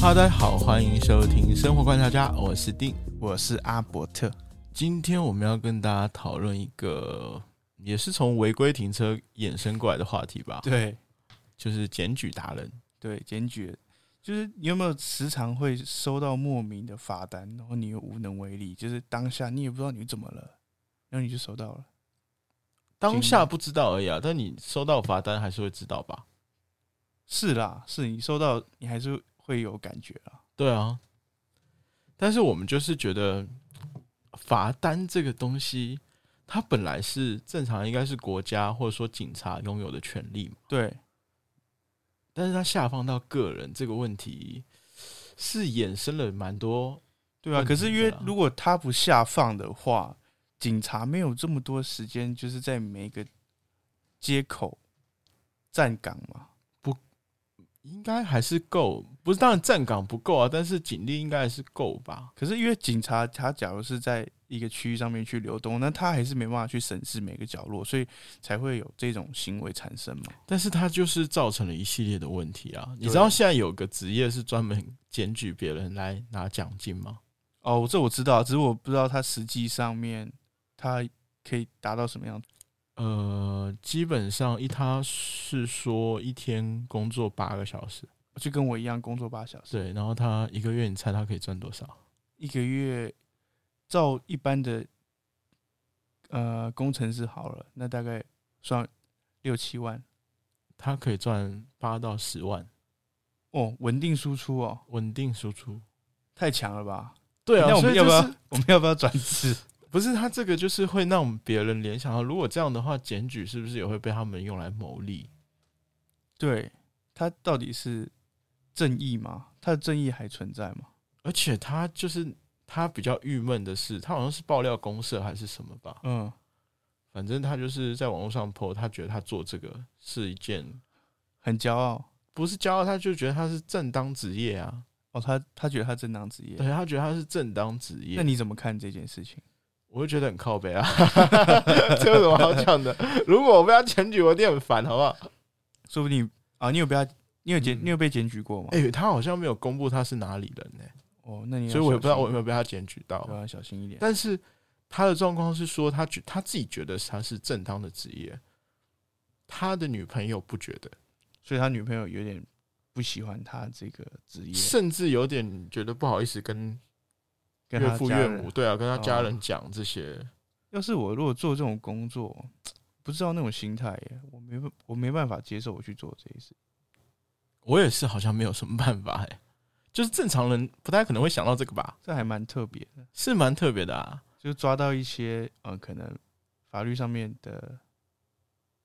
大家好，欢迎收听生活观察家，我是丁。我是阿伯特。今天我们要跟大家讨论一个，也是从违规停车衍生过来的话题吧，对就是检举达人。对，检举，就是你有没有时常会收到莫名的罚单，然后你又无能为力，就是当下你也不知道你怎么了，然后你就收到了。当下不知道而已啊，但你收到罚单还是会知道吧？是啦，是你收到，你还是会有感觉啦。对啊，但是我们就是觉得罚单这个东西，它本来是正常应该是国家或者说警察拥有的权利嘛，对，但是它下放到个人这个问题，是衍生了蛮多对啊。问可题是因为的啦如果他不下放的话，警察没有这么多时间，就是在每个街口站岗嘛。应该还是够，不是当然站岗不够啊，但是警力应该还是够吧？可是因为警察他假如是在一个区域上面去流动，那他还是没办法去审视每个角落，所以才会有这种行为产生嘛。但是它就是造成了一系列的问题啊！你对知道现在有个职业是专门检举别人来拿奖金吗？哦，这我知道，只是我不知道他实际上面他可以达到什么样。呃，基本上一他是说一天工作八个小时，就跟我一样工作八小时，对，然后他一个月你猜他可以赚多少？一个月照一般的呃工程师好了，那大概算六七万他可以赚八到十万，哦，稳定输出哦，稳定输出。太强了吧？对啊，那我所们以要不要、就是我们要不要转职？不是他这个就是会让别人联想到，如果这样的话，检举是不是也会被他们用来牟利？对他到底是正义吗？他的正义还存在吗？而且他就是他比较郁闷的是，他好像是爆料公社还是什么吧，嗯，反正他就是在网络上 PO，他觉得他做这个是一件很骄傲不是骄傲，他就觉得他是正当职业啊，哦，他他觉得他正当职对业，他觉得他是正当职业。那你怎么看这件事情？我就觉得很靠北啊， 这有什么好讲的？如果我被他检举，我一定很烦，好不哦好？说不定啊，你有被他，你有检，嗯你有被检举过吗？哎、他好像没有公布他是哪里人呢、哦，那你要所以我也不知道我有没小有被他检举到心。对啊，小心一点。但是他的状况是说，他觉他自己觉得他是正当的职业，他的女朋友不觉得，所以他女朋友有点不喜欢他这个职业，甚至有点觉得不好意思跟跟岳他父家岳人母，。对啊，跟他家哦人讲这些。要是我如果做这种工作，不知道那种心态耶，我没办我没办法接受我去做这一事。哦我也是，好像没有什么办法哎、就是正常人不太可能会想到这个吧，这还蛮特别的，是蛮特别的啊。就抓到一些呃可能法律上面的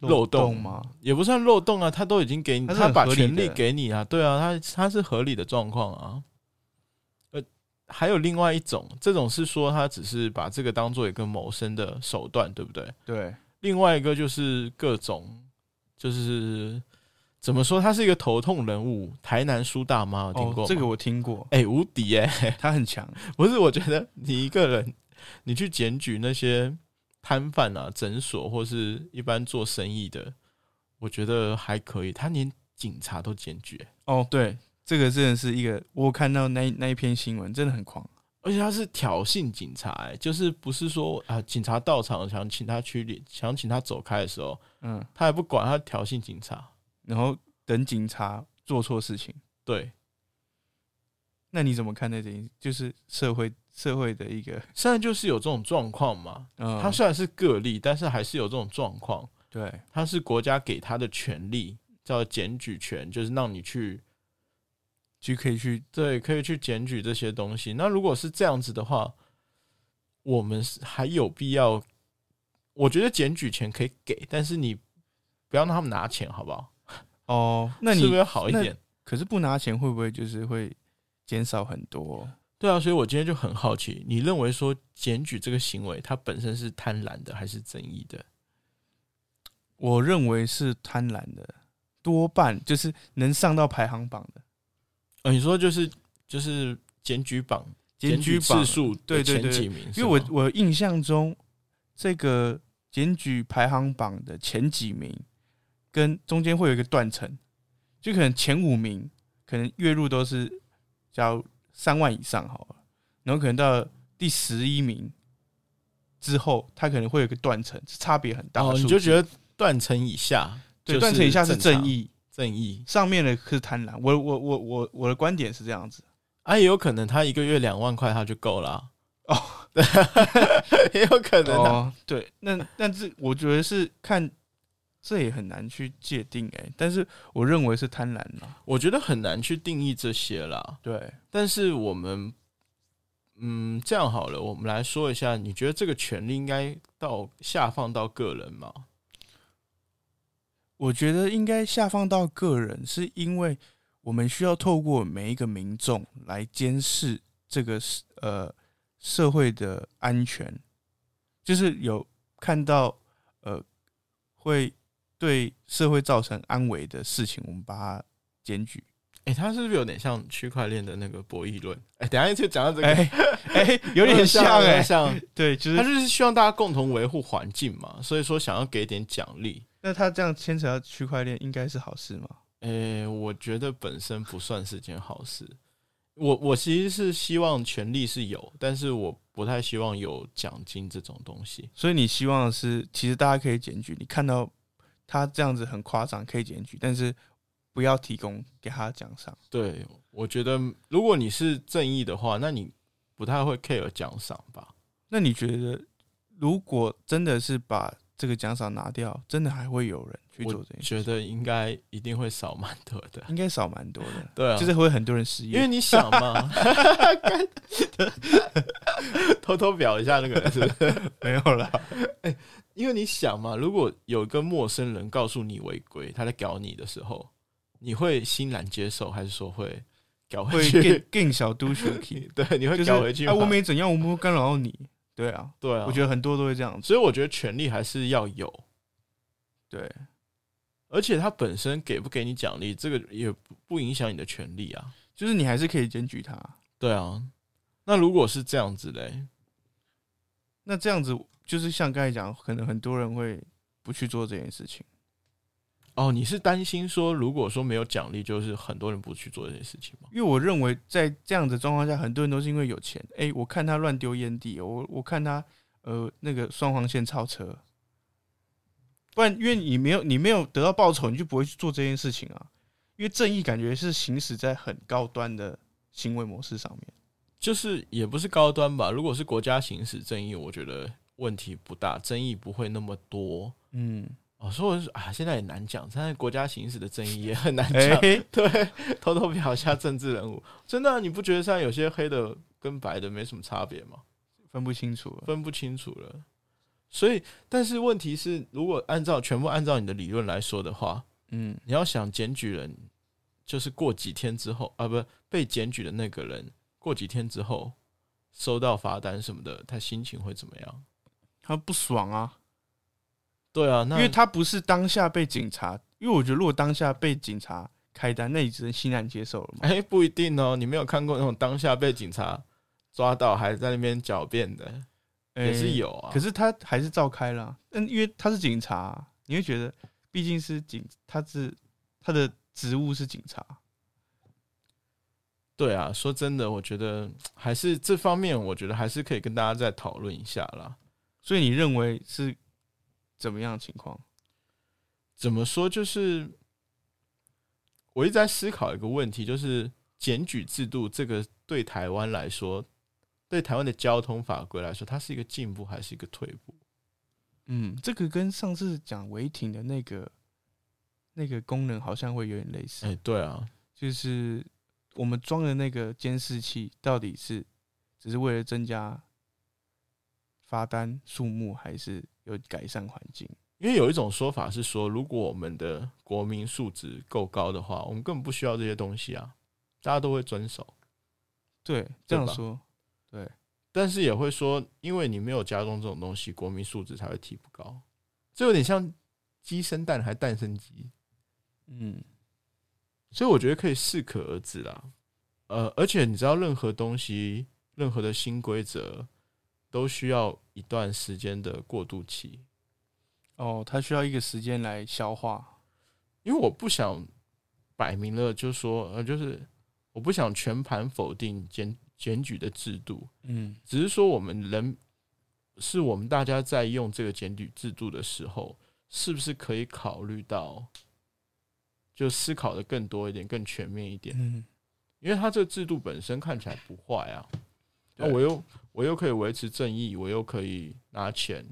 漏洞洞吗？也不算漏洞啊，他都已经给你，它是他很把合理权利的给你啊，对啊，他他是合理的状况啊。呃，还有另外一种，这种是说他只是把这个当做一个谋生的手段，对不对？对，另外一个就是各种，就是怎么说，他是一个头痛人物，台南苏大妈有听过吗、哦，这个我 听过，哎、无敌哎、他很强， 不是，我觉得你一个人，你去检举那些摊贩啊、诊所或是一般做生意的，我觉得还可以。他连警察都检举、哦，对，这个真的是一个，我有看到那一那一篇新闻真的很狂，而且他是挑衅警察、欸，就是不是说啊，警察到场想请他驱离，想请他走开的时候，嗯，他还不管，他挑衅警察。然后等警察做错事情，对，那你怎么看待这件？就是社会社会的一个，现在就是有这种状况嘛。嗯，他虽然是个例，但是还是有这种状况。对，他是国家给他的权利，叫检举权，就是让你去就可以去，对，可以去检举这些东西。那如果是这样子的话，我们是还有必要？我觉得检举钱可以给，但是你不要让他们拿钱，好不好？哦，那你是不是好一那点？可是不拿钱会不会就是会减少很多？对啊，所以我今天就很好奇，你认为说检举这个行为，它本身是贪婪的还是正义的？我认为是贪婪的，多半就是能上到排行榜的呃，你说就是就是检举榜检举次榜，数对的对前对几名，因为我是吗我印象中，这个检举排行榜的前几名，跟中间会有一个断层，就可能前五名可能月入都是假如三万以上好了，然后可能到第十一名之后，它可能会有一个断层，差别很大的哦，数字。你就觉得断层以下，对断层以下是正，义，正义上面的是贪婪。我我我我我的观点是这样子，啊，也有可能他一个月两万块他就够了啊、哦 也有可能、啊。哦，对，那那这我觉得是看，这也很难去界定哎、但是我认为是贪婪啦，我觉得很难去定义这些啦，对，但是我们，嗯，这样好了，我们来说一下，你觉得这个权利应该到下放到个人吗？我觉得应该下放到个人，是因为我们需要透过每一个民众来监视这个社呃社会的安全，就是有看到呃会对社会造成安危的事情，我们把它检举。哎、它是不是有点像区块链的那个博弈论？哎、等一下就讲到这个，哎哎、有点像有哎、点像，对，就是他就是希望大家共同维护环境嘛，所以说想要给点奖励。那他这样牵扯到区块链，应该是好事吗？诶、我觉得本身不算是件好事。我我其实是希望权利是有，但是我不太希望有奖金这种东西。所以你希望的是，其实大家可以检举，你看到他这样子很夸张，可以检举，但是不要提供给他奖赏。对，我觉得如果你是正义的话，那你不太会 care 奖赏吧？那你觉得，如果真的是把这个奖赏拿掉，真的还会有人去做我这件事？觉得应该一定会少蛮多的。应该少蛮多的，对啊，就是会很多人失因为业。你想 嘛， 干偷偷表一下那个人是不是？没有啦，因为你想嘛，如果有一个陌生人告诉你违规，他在搞你的时候，你会欣然接受，还是说会搞回会更去？更小都 s h k 对，你会就是搞回去吗？哎，我没怎样，我没有干扰到你。对啊，对啊，我觉得，得很多都会这样子。所以我觉得权利还是要有，对，而且他本身给不给你奖励，这个也不不影响你的权利啊。就是你还是可以检举他。对啊，那如果是这样子嘞，那这样子就是像刚才讲，可能很多人会不去做这件事情。哦，你是担心说，如果说没有奖励，就是很多人不去做这件事情吗？因为我认为在这样的状况下，很多人都是因为有钱。哎、我看他乱丢烟蒂，我我看他呃那个双黄线超车，不然因为你没有你没有得到报酬，你就不会去做这件事情啊。因为正义感觉是行驶在很高端的行为模式上面。就是也不是高端吧。如果是国家行使正义，我觉得问题不大，争议不会那么多。嗯，哦，所以我就说啊，现在也难讲，现在国家行使的正义也很难讲。 哎、对，偷偷表一下政治人物，真的啊、你不觉得现在有些黑的跟白的没什么差别吗？分不清楚了。分不清楚了。所以，但是问题是，如果按照全部按照你的理论来说的话，嗯，你要想检举人，就是过几天之后啊，不被检举的那个人，过几天之后收到罚单什么的，他心情会怎么样？他不爽啊。对啊，那因为他不是当下被警察，因为我觉得如果当下被警察开单，那你只能欣然接受了嘛。 哎、不一定哦，你没有看过那种当下被警察抓到还在那边狡辩的，也是有啊。哎诶，可是他还是照开了啊、嗯，因为他是警察啊，你会觉得毕竟是警，他是他的职务是警察，对啊，说真的，我觉得还是这方面，我觉得还是可以跟大家再讨论一下啦。所以你认为是怎么样的情况？怎么说？就是我一直在思考一个问题，就是检举制度这个对台湾来说，对台湾的交通法规来说，它是一个进步还是一个退步？嗯，这个跟上次讲违停的那个那个功能好像会有点类似，哎、对啊，就是我们装的那个监视器到底是只是为了增加罚单数目，还是有改善环境？因为有一种说法是说，如果我们的国民素质够高的话，我们根本不需要这些东西啊，大家都会遵守。对，这样吧说，对，但是也会说，因为你没有加工这种东西，国民素质才会提不高。这有点像鸡生蛋还蛋生鸡，嗯，所以我觉得可以适可而止啦。呃，而且你知道，任何东西、任何的新规则都需要一段时间的过渡期，哦，它需要一个时间来消化，因为我不想摆明了就说，呃，就是我不想全盘否定检检举的制度，嗯只是说我们人是我们大家在用这个检举制度的时候，是不是可以考虑到，就思考的更多一点，更全面一点？嗯，因为它这个制度本身看起来不坏啊，那对我又我又可以维持正义，我又可以拿钱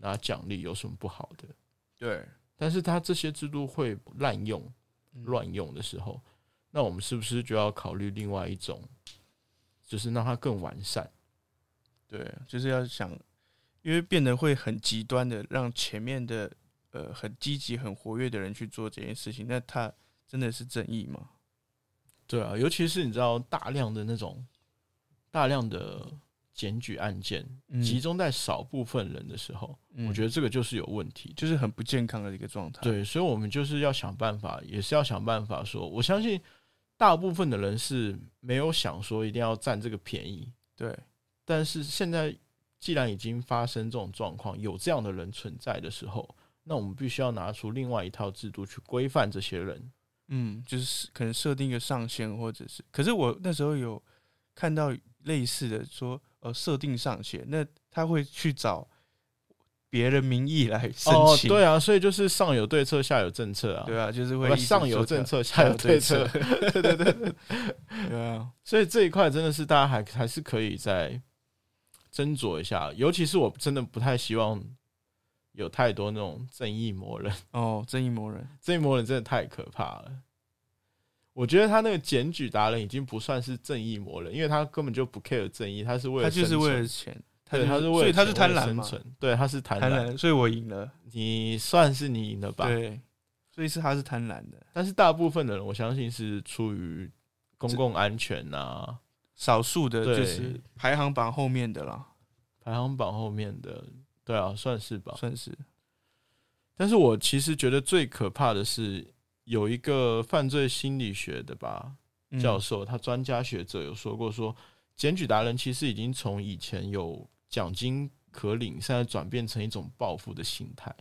拿奖励，有什么不好的？对，但是它这些制度会滥用，嗯乱用的时候，那我们是不是就要考虑另外一种，就是让它更完善？对，就是要想，因为变得会很极端的，让前面的呃很积极、很活跃的人去做这件事情，那他真的是正义吗？对啊，尤其是你知道大量的那种大量的检举案件集中在少部分人的时候，嗯，我觉得得这个就是有问题的。就是很不健康的一个状态。，对，所以我们就是要想办法，也是要想办法说，我相信大部分的人是没有想说一定要占这个便宜，对，但是现在既然已经发生这种状况，有这样的人存在的时候，那我们必须要拿出另外一套制度去规范这些人。嗯，就是可能设定一个上限，或者是，可是我那时候有看到类似的说，呃，设定上限，那他会去找别人名义来申请，对啊，所以就是上有对策，下有政策啊。对啊，就是不会上有政策，下有对 对策， 对对对对，对啊，所以这一块真的是大家还还是可以再斟酌一下，尤其是我真的不太希望有太多那种正义魔人， 哦，正义魔人，正义魔人真的太可怕了。我觉得他那个检举达人已经不算是正义魔人，因为他根本就不 care 正义，他是为了他就是生为存了钱，对，就他是为所了以他是钱贪为了婪生嘛，存，对，他是贪贪婪。婪，所以我赢了，你算是你赢了吧？对，所以是他是贪婪的，但是大部分的人，我相信是出于公共安全啊，少数的对就是排行榜后面的啦，排行榜后面的，对啊，算是吧。算是，但是我其实觉得最可怕的是，有一个犯罪心理学的吧嗯教授，他专家学者有说过说检举达人其实已经从以前有奖金可领，现在转变成一种报复的心态。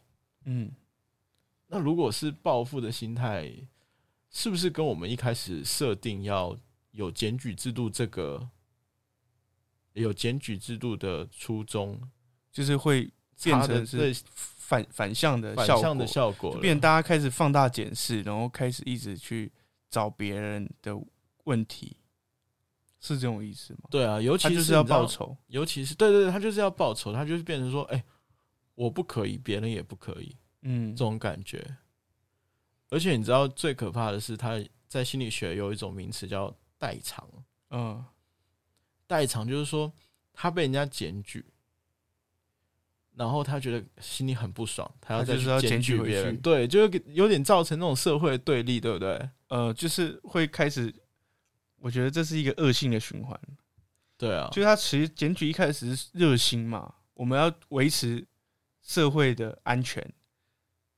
嗯，那如果是报复的心态，是不是跟我们一开始设定要有检举制度这个有检举制度的初衷，就是会变差的成对是反反向的反效向果的效果就了变大家开始放大检视，然后开始一直去找别人的问题，是这种意思吗？对啊，尤其他是就是要你知道报，仇，尤其是对对对，他就是要报仇，他就是变成说，哎、我不可以，别人也不可以嗯这，种感觉。而且你知道最可怕的是，他在心理学有一种名词叫代偿，嗯，代偿就是说他被人家检举，然后他觉得心里很不爽，他要他再就是去要检检举举回别人，去对，就是给有点造成那种社会的对立，对不对？呃，就是会开始，我觉得这是一个恶性的循环。哦对啊，就是他其实检举一开始是热心嘛，我们要维持社会的安全，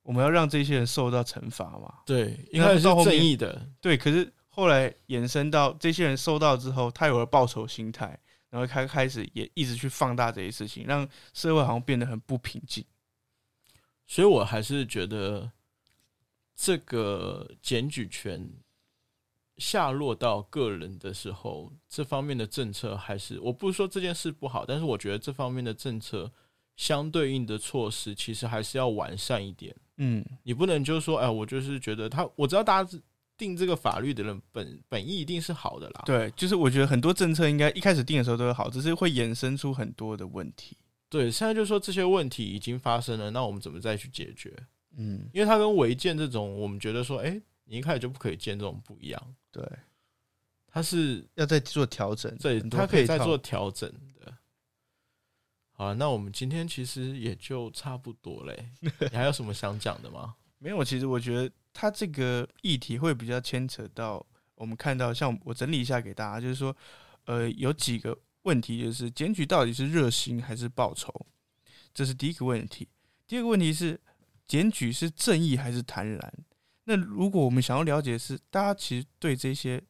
我们要让这些人受到惩罚嘛。对，应那该是到后正面义的，对，可是后来延伸到这些人收到之后，他有了报仇心态，然后他开始也一直去放大这些事情，让社会好像变得很不平静。所以我还是觉得这个检举权下落到个人的时候，这方面的政策还是我不是说这件事不好，但是我觉得这方面的政策相对应的措施其实还是要完善一点。嗯，你不能就说，哎，我就是觉得他，我知道大家定这个法律的人本本意一定是好的啦。对，就是我觉得很多政策应该一开始定的时候都会好，只是会衍生出很多的问题。对，现在就说这些问题已经发生了，那我们怎么再去解决？嗯，因为它跟违建这种，我们觉得说，哎，你一开始就不可以建这种不一样，对，它是要再做调整，对，很多它可以配再套做调整的。好，啊那我们今天其实也就差不多 嘞。你还有什么想讲的吗？没有，其实我觉得它这个议题会比较牵扯到我们看到，像我整理一下给大家，就是说，呃，有几个问题，就是检举到底是热心还是报仇，这是第一个问题。第二个问题是检举是正义还是贪婪？那如果我们想要了解的是大家其实对这些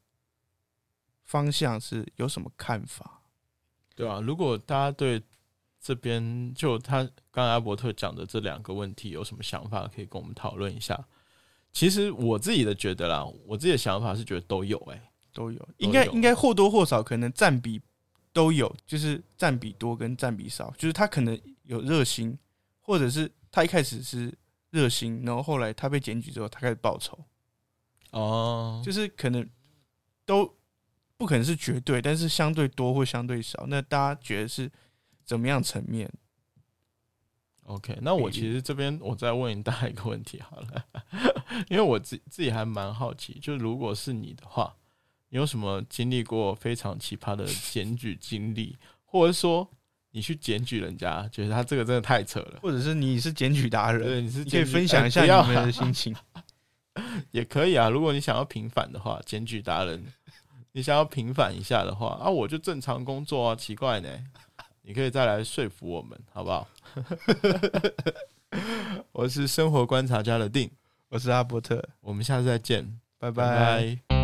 方向是有什么看法？ 对啊，如果大家对这边就他刚才阿伯特讲的这两个问题有什么想法，可以跟我们讨论一下。其实我自己的觉得啦，我自己的想法是觉得都有哎、都有，应该有应该或多或少可能占比都有，就是占比多跟占比少，就是他可能有热心，或者是他一开始是热心，然后后来他被检举之后，他开始报仇，哦，就是可能都不可能是绝对，但是相对多或相对少，那大家觉得是怎么样层面？ OK，那我比其例实这边我再问大家一个问题好了，因为我自自己还蛮好奇，就如果是你的话，你有什么经历过非常奇葩的检举经历，或者说你去检举人家，觉得他这个真的太扯了，或者是你是检举达人，对，你是你可以检举分享哎一下不要你们啊的心 情。也可以啊，如果你想要平反的话，检举达人， 你想要平反一下的话，啊，我就正常工作啊，奇怪呢，你可以再来说服我们，好不好？ 我是生活观察家的定，我是阿伯特，我们下次再见。拜拜拜。